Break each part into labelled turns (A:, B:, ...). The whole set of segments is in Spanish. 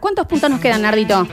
A: ¿Cuántos puntos nos quedan, Nardito?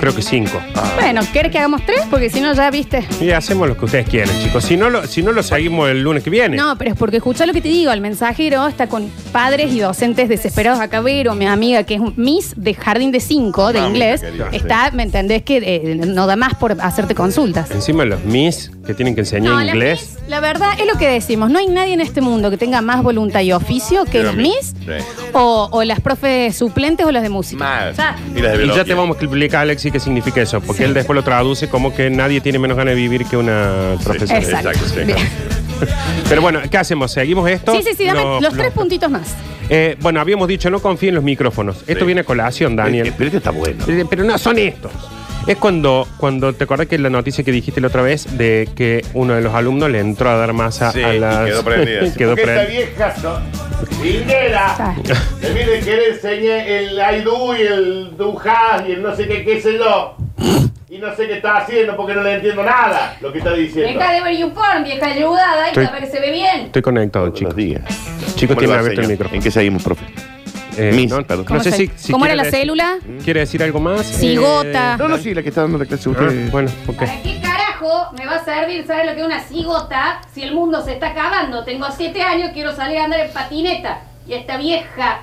B: Creo que cinco.
A: Bueno, ¿querés que hagamos tres? Porque si no, ya viste.
B: Y hacemos lo que ustedes quieran, chicos. Si no lo, si no lo seguimos el lunes que viene.
A: No, pero es porque escucha lo que te digo, el mensajero está con padres y docentes desesperados acá, Vero, mi amiga, que es un Miss de Jardín de 5 de
C: Mamita
A: inglés,
C: querida,
A: está, ¿me entendés? Que eh, no da más por hacerte consultas.
B: Encima los Miss que tienen que enseñar
A: No, las
B: inglés.
A: Miss, la verdad es lo que decimos, no hay nadie en este mundo que tenga más voluntad y oficio que
C: Que
A: las
C: la
A: Miss
C: Miss, sí.
A: o, o las profes suplentes o las de música.
C: Mal.
A: O sea,
C: Y las
B: Y ya
C: de biología.
B: te vamos a explicar, Alexi, qué significa eso, porque él después lo traduce como que nadie tiene menos ganas de vivir que una profesora.
C: Exacto.
A: exacto.
C: sí.
A: Bien.
B: Pero bueno, ¿qué hacemos? ¿Seguimos esto?
A: Sí, sí, sí, dame
B: Lo-
A: los
B: lo-
A: tres puntitos más.
B: Eh, bueno, habíamos dicho, no confíen en los micrófonos. Esto
C: Sí.
B: viene a colación,
C: Eh,
B: Daniel.
C: Pero esto está bueno.
B: Eh, Pero no, son estos. Es cuando, cuando te acordás que la noticia que dijiste la otra vez de que uno de los alumnos le entró a dar masa
C: Sí,
B: a
C: y
B: las.
C: quedó prendida. sí.
B: quedó
D: Porque esta
B: prendida.
D: vieja so- Minera. Que miren que le enseñé el Aidú y el Dujas y el no sé qué, qué sé yo. Y no sé qué está haciendo porque no le entiendo nada lo que está diciendo.
A: de ver YouPorn, vieja ayudada,
B: Estoy- para
A: que se ve bien.
B: Estoy conectado,
C: Todos los
B: chicos.
C: días.
B: Chicos,
C: ¿Cómo le
B: tiene
C: va,
B: abierto el
C: señor?
B: micrófono.
C: ¿En qué seguimos, profe?
B: Eh,
C: Miss,
B: no,
C: perdón.
B: no sé si. si
A: ¿Cómo era
B: quiere
A: la
B: decir-
A: célula?
B: ¿Quiere decir algo más?
A: Cigota.
B: Eh,
C: No, no, sí, la que está dando la clase
B: ah,
C: usted.
B: bueno, ok.
A: qué carajo me va a servir saber lo que es una cigota si el mundo se está acabando? Tengo siete años, quiero salir a andar en patineta. Y esta vieja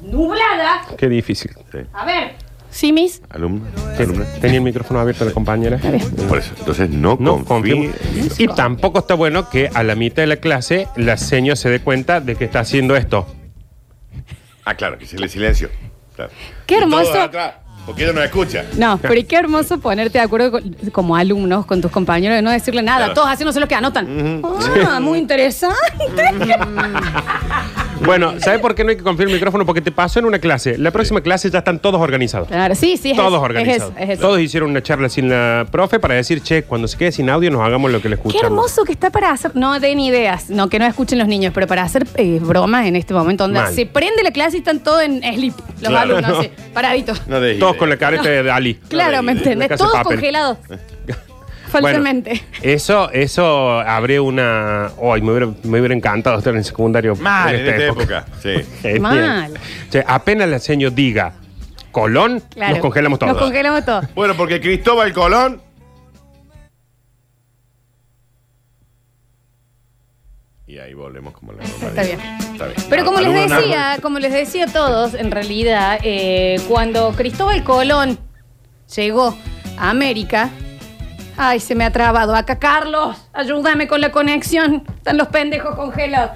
A: nublada.
B: Qué difícil.
A: A ver. ¿Sí, Miss?
C: ¿Alumno?
B: Que-
C: ¿Alumna?
B: Tenía el micrófono abierto la compañera.
C: Por eso. Entonces, no,
B: No
C: confíe.
B: confío. Y tampoco está bueno que a la mitad de la clase la seño se dé cuenta de que está haciendo esto.
C: Ah, claro, que se le silencio. Claro.
A: Qué
C: Y
A: hermoso.
C: todos atrás, porque ella no escucha.
A: No, pero y qué hermoso ponerte de acuerdo con- como alumnos con tus compañeros de no decirle nada,
C: Claro.
A: todos haciéndose lo que anotan. Ah, muy interesante.
B: Bueno, ¿sabes por qué no hay que confiar el micrófono? Porque te pasó en una clase. La próxima clase ya están todos organizados.
A: Claro, sí, sí. es
B: Todos
A: eso, es
B: organizados.
A: eso, es eso.
B: Todos hicieron una charla sin la profe para decir, che, cuando se quede sin audio nos hagamos lo que le
A: Qué
B: escuchamos.
A: hermoso que está para hacer, no den ideas, no que no escuchen los niños, pero para hacer eh, bromas en este momento, onda,
B: Mal.
A: se prende la clase y están todos en sleep, los
C: Claro,
A: alumnos,
B: no.
A: así, paraditos.
C: No deje
B: Todos
C: idea.
B: con la careta de Ali.
A: claro, ¿me
C: de- de
A: entendés?
B: la casa de
A: Todos
B: papel.
A: congelados.
B: Bueno,
A: Falsamente.
B: eso, eso abrió una. Hoy me, hubiera, me hubiera encantado estar en el secundario.
C: Mal,
B: en
C: en esta época. Sí.
B: Genial.
A: Mal.
B: O sea, apenas la seño diga Colón,
A: Claro.
B: nos congelamos todos.
A: Nos congelamos todos.
C: Bueno, porque Cristóbal Colón. Y ahí volvemos como la normalidad.
A: Está bien.
C: Está bien.
A: Pero como les
C: Alumnos,
A: decía, como les decía a todos, en realidad, eh, cuando Cristóbal Colón llegó a América, ay, se me ha trabado acá, Carlos, ayúdame con la conexión, están los pendejos congelados.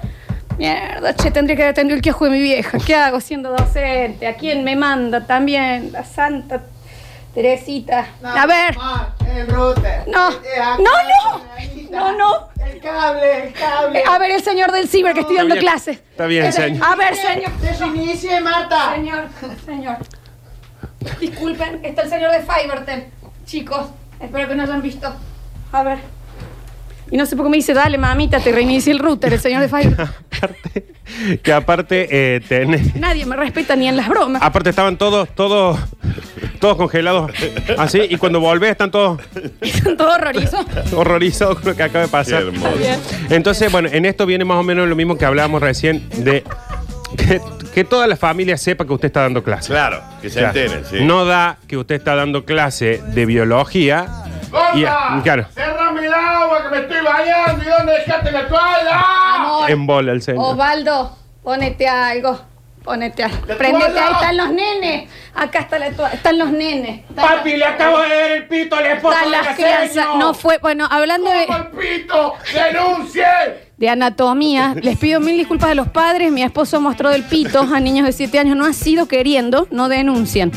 A: Mierda, che, tendría que atender el kiosco de mi vieja. ¿Qué hago siendo docente? ¿A quién me manda también? La santa Teresita. A ver.
E: Ah, el router.
A: No,
E: Eh, acá,
A: no, no.
E: ahí.
A: No, no.
E: El cable, el cable.
A: Eh, A ver, el señor del ciber que estoy dando
B: Está bien.
A: clases.
B: Está bien, señor.
A: A ver, señor.
E: Desinicie, Marta.
A: Señor, señor. Disculpen, está el señor de Fivertel. Chicos, espero que no hayan visto. A ver. Y no sé por qué me dice, dale, mamita, te reinicie el router, el señor de Fivertel.
B: Aparte- que aparte eh, tenés-
A: Nadie me respeta ni en las bromas.
B: Aparte estaban todos, todos, todos congelados así, y cuando volvés están todos
A: Están todos horrorizados.
B: horrorizados con lo que acaba de
C: Qué
B: pasar.
C: hermoso.
B: Entonces, bueno, en esto viene más o menos lo mismo que hablábamos recién de que, que toda la familia sepa que usted está dando clase.
C: Claro, que se
B: Claro.
C: enteren, sí.
B: No da que usted está dando clase de biología. y-
D: ¡Gorda!
B: claro,
D: ¡Cerrame el agua que me estoy bañando! ¿Y dónde dejaste la toalla?
A: Amor.
B: en bola el señor.
A: Osvaldo, ponete algo. Ponete algo.
D: La
A: Prendete,
D: toalla.
A: ahí están los nenes. Acá está la toalla. Están los nenes. Están
D: Papi,
A: los-
D: le acabo de ver el pito al esposo
A: Están
D: de
A: las
D: Caseño.
A: crianzas. No fue. Bueno, hablando de.
D: ¡Como el pito! ¡Denuncie!
A: de anatomía. Les pido mil disculpas a los padres. Mi esposo mostró del pito a niños de 7 años. No ha sido queriendo, no denuncian.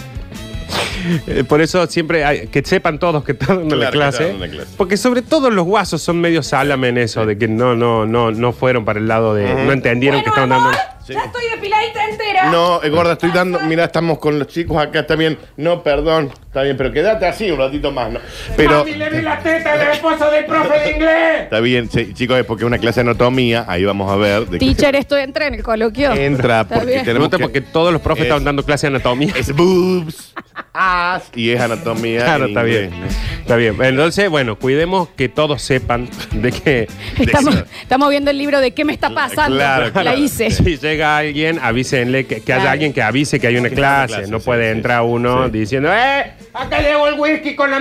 B: Eh, por eso siempre hay- que sepan todos que están dando la
C: Claro, que
B: clase.
C: están dando la clase.
B: Porque sobre todo los guasos son medio salame en eso, de que no, no, no, no fueron para el lado de. No entendieron que estaban dando.
C: Sí.
A: ya estoy depiladita entera.
C: No, eh, gorda, estoy dando. Mira, estamos con los chicos acá también. No, perdón. Está bien, pero quédate así un ratito más, ¿no? Pero.
D: Mami, le vi la teta del esposo del profe de inglés.
C: Está bien, sí, chicos, es porque es una clase de anatomía. Ahí vamos a ver. De qué
A: Teacher, estoy entra en el coloquio.
C: entra,
A: Está
C: porque
A: bien.
B: Me
C: tenemos.
B: gusta
C: Que,
B: porque todos los profes
C: Es-
B: estaban dando clase de anatomía.
C: Es boobs, ass y es anatomía.
B: Claro,
C: en
B: está
C: inglés,
B: bien.
C: ¿no?
B: Está Está bien. Entonces, bueno, cuidemos que todos sepan de que. de-
A: Estamos, estamos viendo el libro de qué me está pasando.
C: Claro,
A: La
C: claro.
A: hice.
B: Si llega alguien, avísenle que, que haya
A: Claro.
B: alguien que avise que hay una
D: Claro,
B: clase.
D: clase,
B: no
D: sí,
B: puede
D: sí,
B: entrar
D: sí,
B: uno
D: sí.
B: diciendo, ¡eh! ¡Acá llevo el whisky con la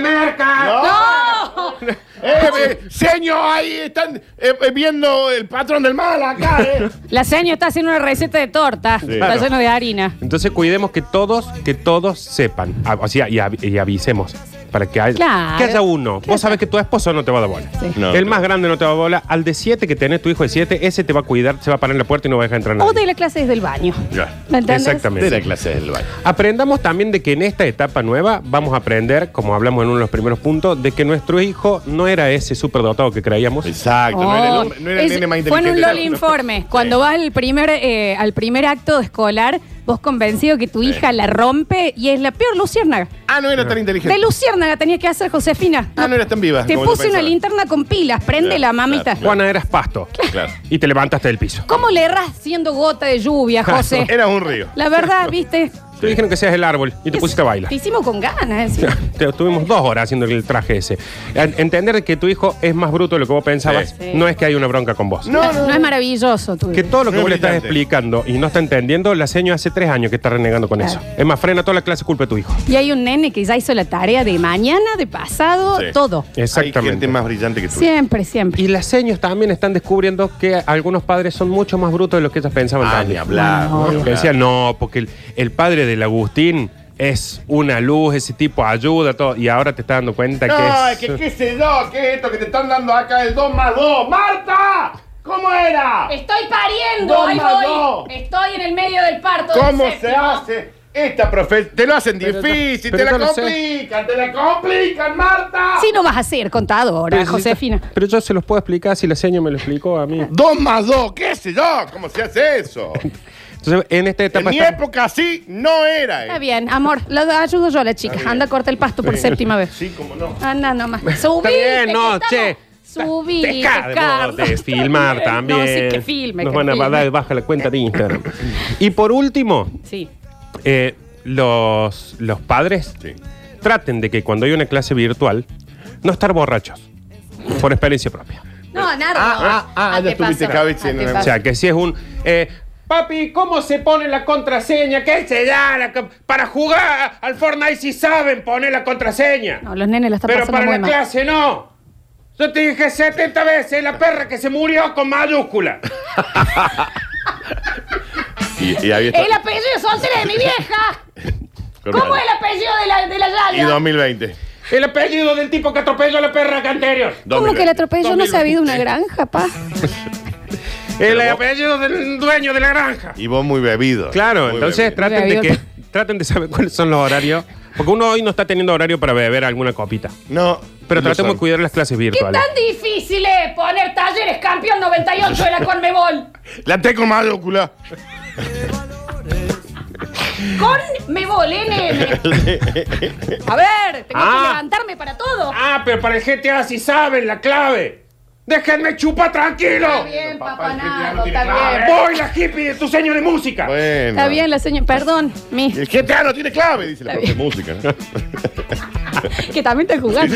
B: merca!
A: ¡No!
C: Eh, eh, señor, ahí están eh, eh, viendo el patrón del mal acá, eh.
A: La seño está haciendo una receta de torta. Está
B: Claro.
A: lleno de harina.
B: Entonces cuidemos que todos, que todos sepan. A- O sea, y, av- y avisemos. Para que haya,
A: Claro.
B: que haya uno. Vos sabés que tu esposo no te va a dar bola.
A: Sí.
C: No,
B: el
C: no.
B: más grande no te va a dar bola. Al de siete que tenés, tu hijo de siete, ese te va a cuidar, se va a parar en la puerta y no va a dejar entrar a nadie.
A: O de la clase desde el baño.
C: Ya.
A: ¿Me entendés?
B: Exactamente.
C: De la clase del baño.
B: Aprendamos también de que en esta etapa nueva vamos a aprender, como hablamos en uno de los primeros puntos, de que nuestro hijo no era ese superdotado que creíamos.
C: Exacto, no era el, hombre- no era el
A: Oh. Es-
C: nene más
A: fue en
C: inteligente.
A: un
C: del
A: LOL
C: mundo.
A: informe. Cuando vas al primer, eh, al primer acto escolar, vos convencido que tu hija la rompe y es la peor luciérnaga.
C: Ah, no era tan
A: De
C: inteligente.
A: luciérnaga tenía que hacer Josefina.
C: Ah, no eras tan viva,
A: Te
C: como yo
A: puse una
C: pensaba.
A: linterna con pilas. Prende la
C: Claro,
A: mamita.
C: claro.
B: Juana, eras pasto.
C: Claro.
B: Y te levantaste del piso.
A: ¿Cómo le erras siendo gota de lluvia, José?
C: Eras un río.
A: La verdad, viste.
B: Te dijeron que seas el árbol y te pusiste a bailar.
A: Te hicimos con ganas. es decir.
B: Te- Tuvimos dos horas haciendo el traje ese. En- Entender que tu hijo es más bruto de lo que vos pensabas
C: Sí.
A: Sí.
B: no es que hay una bronca con vos.
A: No, es maravilloso tu
B: Que todo lo que
C: No
B: vos le
C: es
B: estás
C: brillante.
B: explicando y no está entendiendo, la seño hace tres años que está renegando con
A: Claro.
B: eso. Es más, frena toda la clase culpa de tu hijo.
A: Y hay un nene que ya hizo la tarea de mañana, de pasado,
C: Sí.
A: todo.
B: Exactamente.
C: Hay gente más brillante que tú.
A: Siempre, siempre.
B: Y las seños también están descubriendo que algunos padres son mucho más brutos de lo que ellos pensaban
C: Ah, ni
B: también.
C: hablar.
A: No.
C: ni
B: Que
C: hablar.
B: decían, no, porque el, el padre del Agustín es una luz, ese tipo ayuda, todo. Y ahora te estás dando cuenta
D: No,
B: que
D: es
B: es...
D: que qué sé yo, qué es esto que te están dando acá el 2 más 2. ¡Marta! ¿Cómo era?
A: Estoy pariendo,
D: ahí voy.
A: Estoy en el medio del parto.
D: ¿Cómo se hace? Esta profe, te lo hacen
B: Pero no-
D: difícil,
B: pero
D: te
B: no
D: la
B: lo sé.
D: complican, te la complican, Marta.
A: Sí, no vas a ser contadora,
B: Pero si-
A: Josefina.
B: Pero yo se los puedo explicar si la seño me lo explicó a mí.
C: Dos más dos, qué sé yo, ¿cómo se hace eso?
B: Entonces, en esta
C: En
B: etapa...
C: mi
B: estamos-
C: época así no era. eh.
A: Está bien, amor, la ayudo yo a la chica. Anda, corta el pasto por séptima vez.
C: Sí, cómo no.
A: Anda nomás. Subí.
B: Está bien, no, che.
A: Subí.
B: Dejá de, vos de filmar también.
A: No, sí, que filme.
B: Nos
A: que
B: van a
A: filme.
B: dar baja la cuenta de Instagram. y por último,
A: Sí.
B: eh, los, los padres
C: Sí.
B: traten de que cuando hay una clase virtual, no estar borrachos. Por experiencia propia.
A: No, Nardo.
C: Ah, ah, ah, ya estuviste
A: pasó,
C: cabeza en
A: ah, te
C: una-
B: O
A: pasó.
B: sea, que si es un. eh, Papi, ¿cómo se pone la contraseña? ¿Qué se da? la co- para jugar al Fortnite si saben poner la contraseña.
A: No, los nenes la están
B: Pero
A: pasando
B: para
A: muy
B: la
A: mal.
B: clase no. Yo te dije 70 veces la perra que se murió con mayúscula.
C: Y, y había estado-
A: El apellido soltera de mi vieja.
C: con
A: ¿Cómo
C: una-
A: es el apellido de la, de la Yaya?
C: Y 2020.
B: El apellido del tipo que atropelló a la perra que anterior.
A: ¿Cómo que el
C: 2020.
A: atropello no se ha habido una granja, pa?
B: El apellido del dueño de la granja.
C: Y vos muy bebido.
B: Claro,
C: Muy
B: entonces
C: bebido.
B: traten de que
A: Bebido.
B: traten de saber cuáles son los horarios. Porque uno hoy no está teniendo horario para beber alguna copita.
C: No.
B: Pero
C: no
B: tratemos
C: son.
B: de cuidar las clases virtuales.
A: difícil es poner talleres campeón 98 de la Conmebol?
C: La T con mayúscula.
A: Conmebol, NM. A ver, tengo
B: Ah.
A: que levantarme para todo.
B: Ah, pero para el GTA sí saben la clave. Déjenme chupar tranquilo.
A: Está bien, papá, Nardo, está bien.
B: Voy la hippie de tu señor de música.
C: Bueno.
A: Está bien la señora, perdón, mi,
C: Y El GTA no tiene clave, dice la propia música. ¿no?
A: que también te jugando.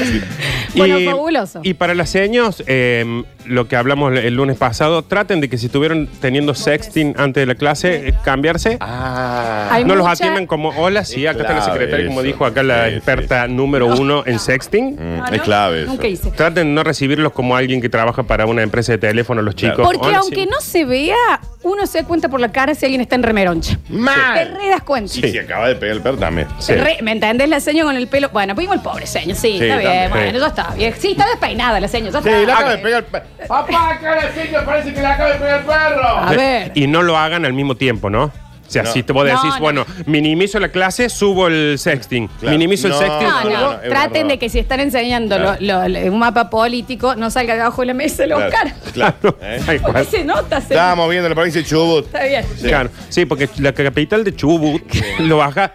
A: Bueno, fabuloso.
B: y para las seños, eh, lo que hablamos el lunes pasado, traten de que si estuvieron teniendo sexting antes de la clase, eh, cambiarse.
C: Ah.
A: Hay
B: no los
A: mucha-
B: atienden como hola, sí, acá está la
C: clave
B: secretaria, como
C: eso.
B: dijo acá la
C: Sí, sí,
B: experta número uno en sexting.
C: Mm,
A: Ah,
C: es
A: ¿no?
C: clave eso.
A: Nunca hice.
B: Traten de no recibirlos como alguien que trabaja para una empresa de teléfono, los chicos.
A: Porque
B: Hola,
A: aunque
B: sí.
A: no se vea, uno se da cuenta por la cara si alguien está en remeroncha. Te
C: ¡Mal!
A: re das cuenta.
C: Y si acaba de pegar el perro también.
B: Sí.
A: Re- ¿Me entendés la seño con el pelo? Bueno, vimos el pobre seño, sí,
C: Sí,
A: está bien,
C: también.
A: bueno, ya está bien. Sí, está despeinada la seño, ya
C: Sí,
A: está.
C: le acaba de pegar el perro.
D: Papá, acá la señora parece que le acaba de pegar el perro.
B: Ah,
A: A ver.
B: Y no lo hagan al mismo tiempo, ¿no? O sea,
C: No.
B: si te vos
A: No,
B: decís,
A: no.
B: bueno, minimizo la clase, subo el sexting.
C: Claro.
B: Minimizo
C: No.
B: el sexting,
A: No,
B: subo.
A: no,
C: No, no, es
A: traten
C: verdad.
A: de que si están enseñando
C: Claro.
A: lo- lo- un mapa político, no salga debajo de la mesa el Oscar.
C: Claro.
B: Claro.
C: ¿eh?
B: Tal cual.
A: Porque se nota, se
C: Estábamos viendo la provincia de Chubut.
A: Está bien.
B: Sí. Claro, sí, porque la capital de Chubut lo baja.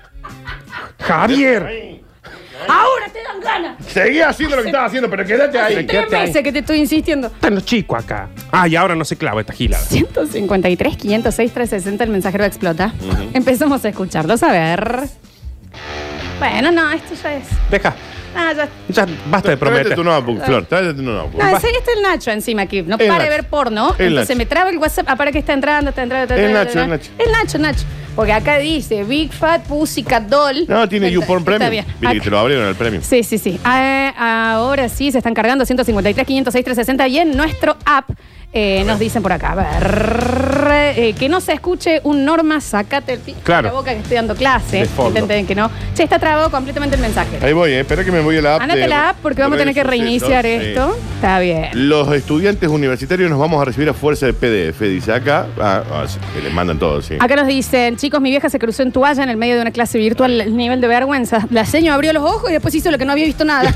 B: Javier,
A: Ahora te dan ganas.
C: Seguí haciendo lo que estaba haciendo, pero quédate ahí.
A: Tres
B: quédate ahí.
A: meses que te estoy insistiendo.
B: están los chicos acá. Ah, y ahora no se clava esta gilada.
A: 153, 506, 360, el mensajero explota. Empezamos a escucharlos, a ver. Bueno, no, esto ya es.
B: Deja.
A: Ah, ya.
B: Ya basta de
C: Tráete
B: prometer.
C: tu notebook, Flor. Tráete tu notebook.
A: Ah, sí, está el Nacho encima aquí. No
C: El
A: para de
C: Nacho.
A: ver porno.
C: El
A: entonces
C: Nacho.
A: me traba el WhatsApp. Ah, para que está entrando, está entrando, está
C: El
A: entrando.
C: Nacho,
A: está entrando. El Nacho, Nacho. Porque acá dice Big Fat Pussycat Doll.
C: No, tiene
A: Está-
C: YouPorn
A: está
C: Premium.
A: bien.
C: Viste que
A: Acá-
C: te lo abrieron el premio.
A: Sí, sí, sí. Ah, ahora sí, se están cargando 153, 506, 360 y en nuestro app eh, nos dicen por acá, a ver, eh, que no se escuche un Norma, sacate el pico de
B: Claro.
A: la boca que estoy dando clase.
B: De fondo.
A: Intenten que no. Che, está trabado completamente el mensaje.
C: Ahí voy, eh. espera que me voy a la app.
A: Ándate
C: de-
A: la app porque vamos a tener que
C: redes
A: reiniciar
C: sucesos, sí.
A: esto. Está bien.
C: Los estudiantes universitarios nos vamos a recibir a fuerza de PDF, dice acá. Ah, ah, sí, que les mandan todo, sí.
A: Acá nos dicen, chicos, mi vieja se cruzó en toalla en el medio de una clase virtual, el nivel de vergüenza. La seño abrió los ojos y después hizo lo que no había visto nada.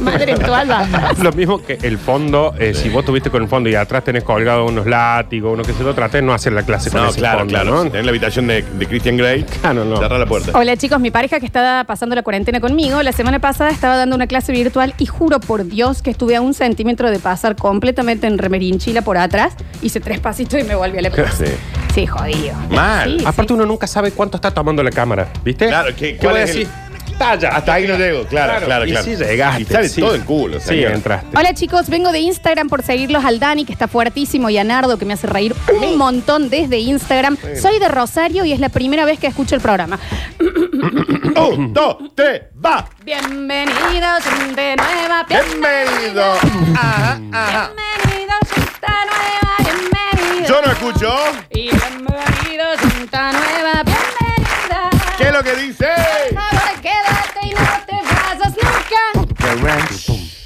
A: Madre en tu alma.
B: Lo mismo que el fondo, eh, si vos tuviste con el fondo y atrás tenés colgado unos látigos, uno que se lo trate, no hacer la clase con
C: No,
B: ese
C: claro,
B: fondo,
C: claro.
B: ¿no?
C: Si tenés la habitación de, de Christian Grey,
B: Claro, no.
C: cerrá la puerta.
A: Hola chicos, mi pareja que está pasando la cuarentena conmigo, la semana pasada estaba dando una clase virtual y juro por Dios que estuve a un centímetro de pasar completamente en remerinchila por atrás, hice tres pasitos y me volví a la clase.
C: Sí.
A: Sí, jodido.
C: Mal.
A: Sí,
B: Aparte
A: sí.
B: uno nunca sabe cuánto está tomando la cámara, ¿viste?
C: Claro, ¿qué- cuál
B: voy a
C: es el-
B: decir? Talla.
C: Hasta ahí no llego, claro, claro,
B: y
C: claro.
B: sí llegaste,
C: Y sale
B: sí.
C: todo el culo,
B: Sí,
C: señor.
B: entraste.
A: Hola chicos, vengo de Instagram por seguirlos al Dani que está fuertísimo y a Nardo que me hace reír un montón desde Instagram. Soy de Rosario y es la primera vez que escucho el programa.
C: Un, dos, tres, va.
A: Bienvenidos de nueva,
C: Bienvenido.
B: ah,
C: Ajá, ajá.
A: bienvenidos esta nueva, bienvenidos.
C: Yo no escucho.
A: Y bienvenidos a esta nueva bienvenida.
C: ¿Qué es lo que dice?
A: Ahora quédate y no te vayas nunca.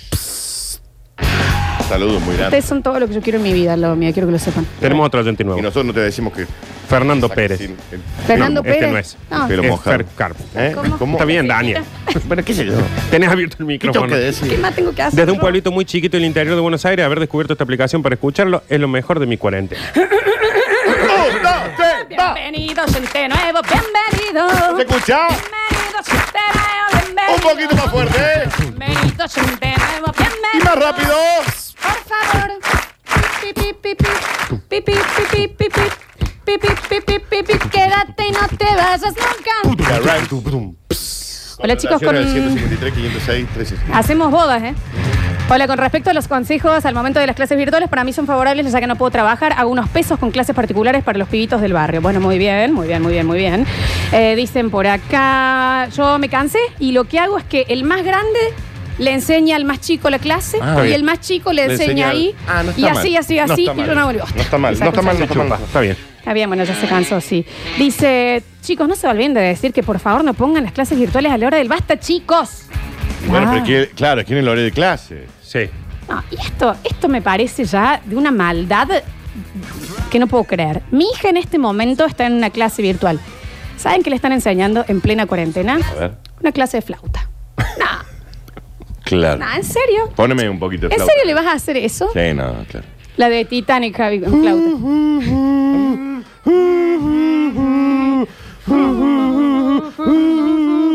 C: Saludos muy
A: Ustedes
C: grandes.
A: son todo lo que yo quiero en mi vida, lo mío, quiero que lo sepan.
B: Tenemos otro oyente nuevo.
C: Y nosotros no te decimos que.
B: Fernando Pérez.
C: Sin- el-
A: Fernando
B: este
A: Pérez.
B: no es.
A: No.
C: Pero
B: Es
C: mojado.
B: Fer Carp.
C: ¿Eh?
A: ¿Cómo?
C: ¿Cómo?
B: Está bien, Daniel.
C: Bueno, qué sé yo.
B: Tenés abierto el
C: ¿Qué tengo
B: micrófono.
C: que
A: ¿Qué
C: decir?
A: más tengo que hacer?
B: Desde un
A: yo?
B: pueblito muy chiquito del interior de Buenos Aires, haber descubierto esta aplicación para escucharlo es lo mejor de mi cuarentena.
C: Un, dos, tres, va.
A: Bienvenidos a este nuevo, bienvenidos.
C: ¿Se escucha?
A: Bienvenidos a este nuevo,
C: Un
A: bienvenidos.
C: poquito más fuerte. ¿eh?
A: Bienvenidos a este nuevo, bienvenidos.
C: Y más rápido.
A: Por favor. Pi, pi, pi, pi. Pi, pi, pi, pi, pi, pi. Pi, pi, pi, pi, pi, pi. Quédate y no te vayas nunca. Hola chicos,
C: Relación al
A: con...
C: 153, 506, 360.
A: hacemos bodas, ¿eh? Hola, con respecto a los consejos al momento de las clases virtuales, para mí son favorables, ya que no puedo trabajar, hago unos pesos con clases particulares para los pibitos del barrio. Bueno, muy bien, muy bien, muy bien, muy bien. Eh, dicen por acá, yo me cansé y lo que hago es que el más grande le enseña al más chico la clase
C: Ah,
A: y
C: bien.
A: el más chico le,
C: Le
A: enseña
C: enseña-
A: ahí
C: Ah, no está
A: y así,
C: mal.
A: así,
C: No
A: así,
C: está
A: y
C: mal.
A: yo no vuelvo.
C: No está mal, no está mal, no está mal.
B: Está bien.
A: Está bien, bueno, ya se cansó, sí. Dice, chicos, no se olviden de decir que por favor no pongan las clases virtuales a la hora del basta, chicos.
C: Bueno,
A: Ah.
C: pero ¿quién- claro, ¿quién es el horario de clase?
B: Sí.
A: No, y esto, esto me parece ya de una maldad que no puedo creer. Mi hija en este momento está en una clase virtual. ¿Saben qué le están enseñando en plena cuarentena?
C: A ver.
A: Una clase de flauta.
C: Claro.
A: No, ¿en serio?
C: Póneme un poquito de
A: ¿En
C: flauta.
A: serio le vas a hacer eso?
C: Sí, no, claro.
A: La de Titanic, Javi, con flauta.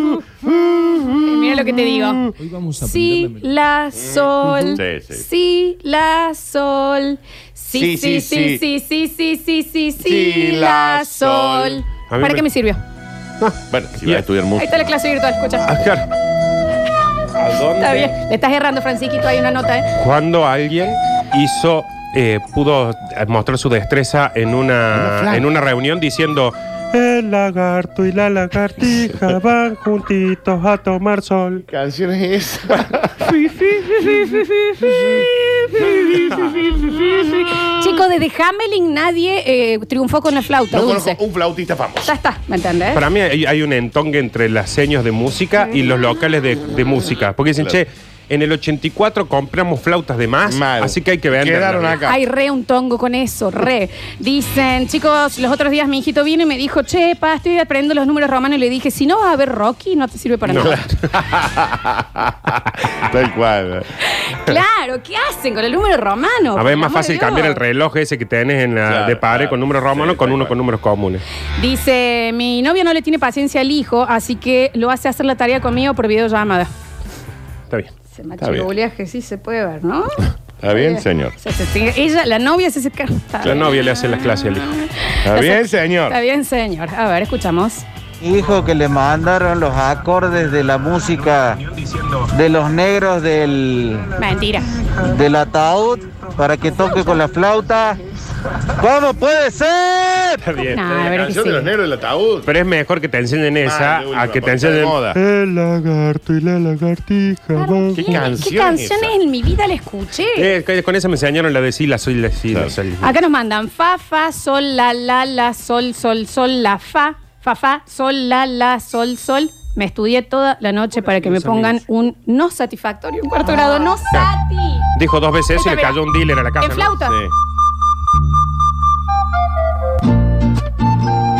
A: Eh, Mira lo que te digo. Si, la, sol.
C: Sí, sí.
A: Si, la, sol. Si, sí,
C: Sí,
A: sí,
C: sí,
A: sí, sí, sí, sí, sí,
C: Sí,
A: la,
C: la,
A: sol.
C: sol.
B: A mí
A: ¿Para
B: me-
A: qué me sirvió?
C: Bueno, si
B: Bien.
C: vas a estudiar
A: Ahí está
C: música.
A: la clase virtual, escucha.
B: Ah, claro. ¿A dónde?
A: Está bien. Le estás errando, Francisquito, hay una nota, ¿eh?
B: Cuando alguien hizo, eh, pudo mostrar su destreza en una, en una reunión diciendo. El lagarto y la lagartija van juntitos a tomar sol.
C: ¿Qué canción es esa?
A: Chicos, desde Hamelin nadie eh, triunfó con la flauta
C: No
A: dulce.
C: conozco un flautista famoso.
A: Ya está, ¿me entendés?
B: Para mí hay, hay un entongue entre las señas de música y los locales de, de música. Porque dicen,
C: Claro.
B: che, en el 84 compramos flautas de más,
C: Mal.
B: así que hay que venderlas.
C: Quedaron acá.
A: Ay, re un tongo con eso, re. Dicen, chicos, los otros días mi hijito vino y me dijo, che, pa, estoy aprendiendo los números romanos. Y le dije, si no vas a ver Rocky, no te sirve para nada.
C: Tal cual.
A: Claro, ¿qué hacen con el número romano?
B: A ver, es
A: Por
B: más
A: amor de
B: fácil
A: Dios.
B: cambiar el reloj ese que tenés en la,
C: Claro,
B: de pared
C: claro.
B: con números romanos
C: Sí,
B: con
C: tal
B: uno
C: cual.
B: con números comunes.
A: Dice, mi novio no le tiene paciencia al hijo, así que lo hace hacer la tarea conmigo por videollamada.
B: Está bien.
A: Se
C: bien.
A: machiruleaje, sí se puede ver, ¿no?
C: ¿Está bien, señor?
A: Se- se- se- Ella, la novia se se- está
B: La
A: bien.
B: novia le hace las clases al hijo.
C: ¿Está bien, señor?
A: Está bien, señor. A ver, escuchamos.
F: Dijo que le mandaron los acordes de la música de los negros del,
A: Mentira.
F: del ataúd para que toque con la flauta. ¿Cómo puede ser?
B: Está bien.
A: No,
C: La
A: la verdad que
C: canción de los
A: sí.
C: negros del ataúd.
B: Pero es mejor que te enseñen esa
C: Ah, de última,
B: a que te
C: porque está de
B: enseñen.
C: moda.
G: El lagarto y la lagartija van.
A: ¿Qué,
C: ¿Qué canción
A: ¿Qué canciones
C: esa?
A: en mi vida la escuché?
B: Eh, con- con esa me enseñaron la de sí, la soy, la sí, la soy.
A: Acá nos mandan fa, fa, sol, la, la, la, sol, sol, sol, la, fa, fa, fa, sol, la, la, sol, sol. Me estudié toda la noche para que me pongan un no satisfactorio, un cuarto grado, no sati.
B: Ah. Dijo dos veces eso y le cayó un dealer a la casa.
A: En
B: ¿no?
A: flauta.
C: Sí.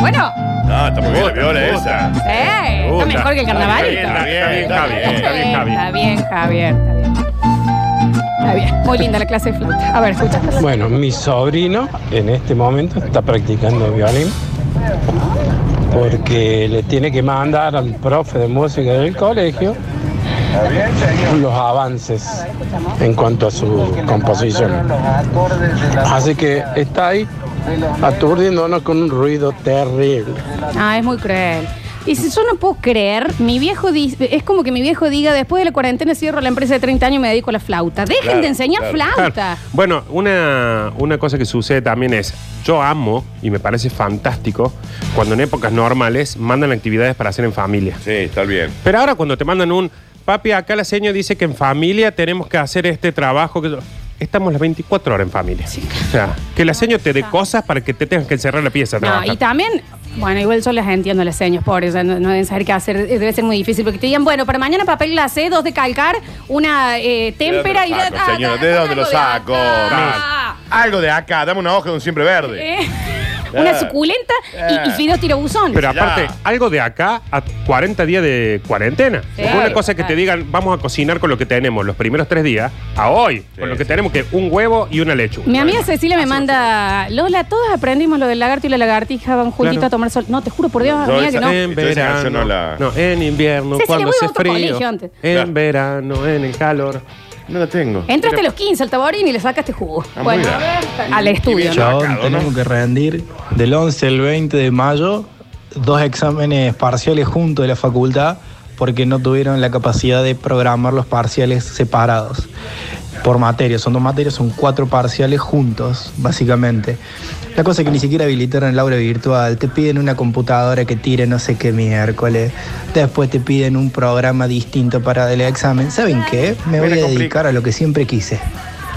A: Bueno,
C: Ah, está muy bien la viola esa.
A: eh,
B: Me
A: está
B: gusta.
A: mejor que el carnaval.
B: Está bien, está bien,
A: Está
B: está bien,
A: bien,
B: Javi.
A: está bien, Javier, está bien. Está bien. Muy linda la clase de flauta. A ver, escucha.
H: Bueno, mi sobrino en este momento está practicando violín porque le tiene que mandar al profe de música del colegio los avances en cuanto a su composición. Así que está ahí aturdiéndonos con un ruido terrible.
A: Ah, es muy cruel. Y si yo no puedo creer, mi viejo di- es como que mi viejo diga, después de la cuarentena cierro la empresa de 30 años y me dedico a la flauta. Dejen
C: Claro,
A: de enseñar
B: Claro.
A: flauta.
B: Bueno, una, una cosa que sucede también es, yo amo y me parece fantástico cuando en épocas normales mandan actividades para hacer en familia.
C: Sí, está bien.
B: Pero ahora cuando te mandan un, papi, acá la señora dice que en familia tenemos que hacer este trabajo. Que yo-". Estamos las 24 horas en familia. O sea, que la señora te dé cosas para que te tengas que encerrar la pieza. a
A: No,
B: trabajar.
A: y también, bueno, igual yo las entiendo las señas, pobres, ya no, no deben saber qué hacer, eh, debe ser muy difícil, porque te digan, bueno, para mañana papel glacé, dos de calcar, una eh, témpera
C: ¿De
A: y...
C: dónde lo saco, señora? ¿De dónde lo saco?
A: Ah,
C: Algo de acá, dame una hoja de un siempre verde.
A: eh, Una suculenta y, y fideos tirabuzón.
B: Pero
C: Ya.
B: aparte, algo de acá a 40 días de cuarentena.
A: Sí.
B: Porque una cosa es que te
A: Claro.
B: digan, vamos a cocinar con lo que tenemos los primeros tres días, a hoy, con lo que tenemos, que un huevo y una lechuga.
A: Mi amiga Cecilia me manda, Lola, todos aprendimos lo del lagarto y la lagartija, van juntitos
B: Claro.
A: a tomar sol. No, te juro por Dios,
C: Yo
A: amiga, que
C: esa-
A: no.
C: eh,
B: En
C: Entonces,
B: verano,
C: yo no la-
B: no, en invierno,
A: Cecilia,
B: cuando
A: voy a
B: hace
A: otro
B: frío,
A: colegio antes.
B: en
C: Claro.
B: verano, en el calor.
C: No la tengo.
A: Entraste a los 15 al taborín y le sacaste jugo.
C: Ah,
A: bueno,
C: mira.
A: a ver, al estudio. ¿no?
H: Chabón,
C: Marcado, ¿no?
H: tenemos que rendir del 11 al 20 de mayo dos exámenes parciales juntos de la facultad porque no tuvieron la capacidad de programar los parciales separados por materia. Son dos materias, son cuatro parciales juntos, básicamente. La cosa es que ni siquiera habilitaron el aula virtual. Te piden una computadora que tire no sé qué miércoles. Después te piden un programa distinto para el examen. ¿Saben qué? Me voy
C: Mira,
H: a
C: complica.
H: dedicar a lo que siempre quise.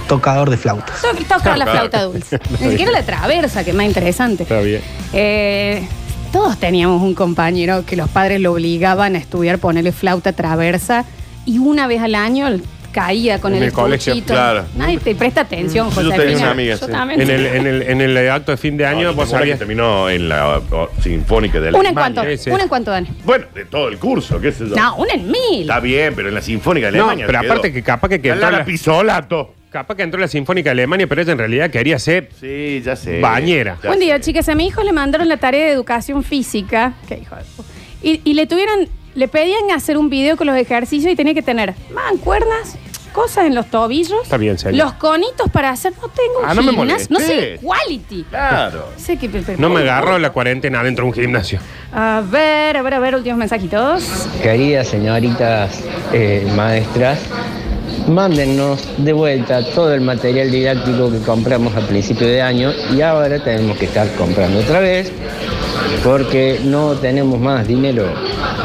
H: Tocador de flautas.
A: Yo toco la flauta dulce. Ni siquiera la traversa, que es más interesante.
B: Está bien.
A: Eh, todos teníamos un compañero que los padres lo obligaban a estudiar, ponerle flauta traversa y una vez al año caía con
B: En
A: el,
B: el colegio,
A: estuchito.
C: claro.
A: Nadie te presta atención, José.
C: tenía una amiga, sí.
A: también.
B: En el, en, el, en el acto de fin de año,
C: No,
B: vos
C: la Ah, que
B: sabías.
C: terminó en la o, Sinfónica de
A: Una en
C: Alemania.
A: cuanto,
B: Sí, sí.
A: una en cuanto, Dani.
C: Bueno, de todo el curso, qué sé yo.
A: No, una en mil.
C: Está bien, pero en la Sinfónica de
B: No,
C: Alemania.
B: pero
C: quedó.
B: aparte que capaz que, que
C: La
B: entró
C: Lara
B: la-
C: Pisolato.
B: capaz que entró la Sinfónica de Alemania, pero ella en realidad quería ser
C: Sí, ya sé.
B: Bañera.
C: Ya
A: Buen día,
C: sé.
A: chicas. A mi hijo le mandaron la tarea de educación física. Qué hijo de pu- y, y le tuvieron, le pedían hacer un video con los ejercicios y tenía que tener mancuernas, cosas en los tobillos.
B: Está bien, señor.
A: Los conitos para hacer. No tengo un
C: Ah, no me
A: gimnasio. No sé,
C: molestes.
A: quality.
C: Claro.
A: No sé qué- pe- pe-
B: No me agarró la cuarentena dentro de un gimnasio.
A: A ver, a ver, a ver, últimos mensajitos.
I: Queridas señoritas eh, maestras, mándennos de vuelta todo el material didáctico que compramos al principio de año y ahora tenemos que estar comprando otra vez porque no tenemos más dinero.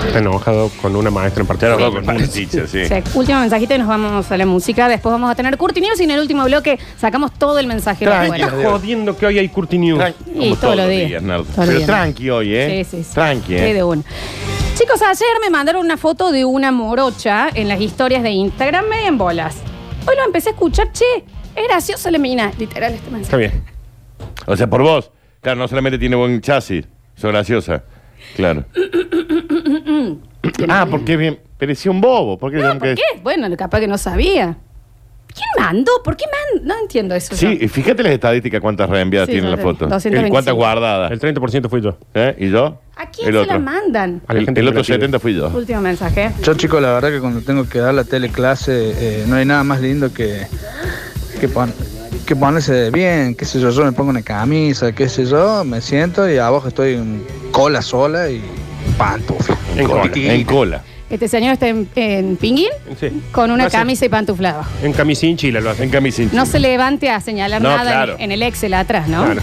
B: Está enojado con una maestra en
C: Ya lo
B: particular.
C: hago con un teacher, sí.
A: Sí, último mensajito y nos vamos a la música. Después vamos a tener Curti News y en el último bloque sacamos todo el mensaje. de la
C: Tranqui,
A: escuela.
B: Está jodiendo que hoy hay Curti News.
C: Tran-
A: Y
C: como
A: todos los días.
C: Nardo.
A: Todos los
C: Pero
A: días.
C: tranqui hoy, ¿eh?
A: Sí, sí, sí.
C: Tranqui,
A: Sí, de
C: ¿eh?
A: una. Chicos, ayer me mandaron una foto de una morocha en las historias de Instagram media en bolas. Hoy lo empecé a escuchar, che, es gracioso la mina. Literal, este
C: Está
A: mensaje.
C: bien. O sea, por vos. Claro, no solamente tiene buen chasis, son graciosa. Claro. ah, porque bien. Parecía un bobo. Porque
A: No, ¿por qué? Bueno, capaz que no sabía. ¿Quién mandó? ¿Por qué mandó? No entiendo eso.
C: Sí,
A: yo.
C: y fíjate las estadísticas, cuántas reenviadas
A: Sí,
C: tiene la
A: son
C: foto.
A: 225.
C: Y cuántas guardadas.
B: El 30% fui yo.
C: ¿Eh? ¿Y yo?
A: ¿A quién
C: El
A: se
C: otro.
A: la mandan?
B: A la
C: El-
B: gente
C: el
B: que
C: otro
B: la pide.
C: 70 fui yo.
A: Último mensaje.
G: Yo, chicos, la verdad que cuando tengo que dar la teleclase, eh, no hay nada más lindo que, que, pon- que ponerse bien, qué sé yo, yo me pongo una camisa, qué sé yo, me siento y abajo estoy en cola sola y
H: pantufla.
B: En cola.
C: En cola.
A: Este señor está en, en pinguín
B: Sí.
A: con una
B: Hace-
A: camisa y pantuflado.
B: En camisín chila lo hacen.
C: En camisín.
A: No se levante a señalar
B: No,
A: nada en-
B: claro.
A: en el Excel atrás, ¿no?
B: Claro.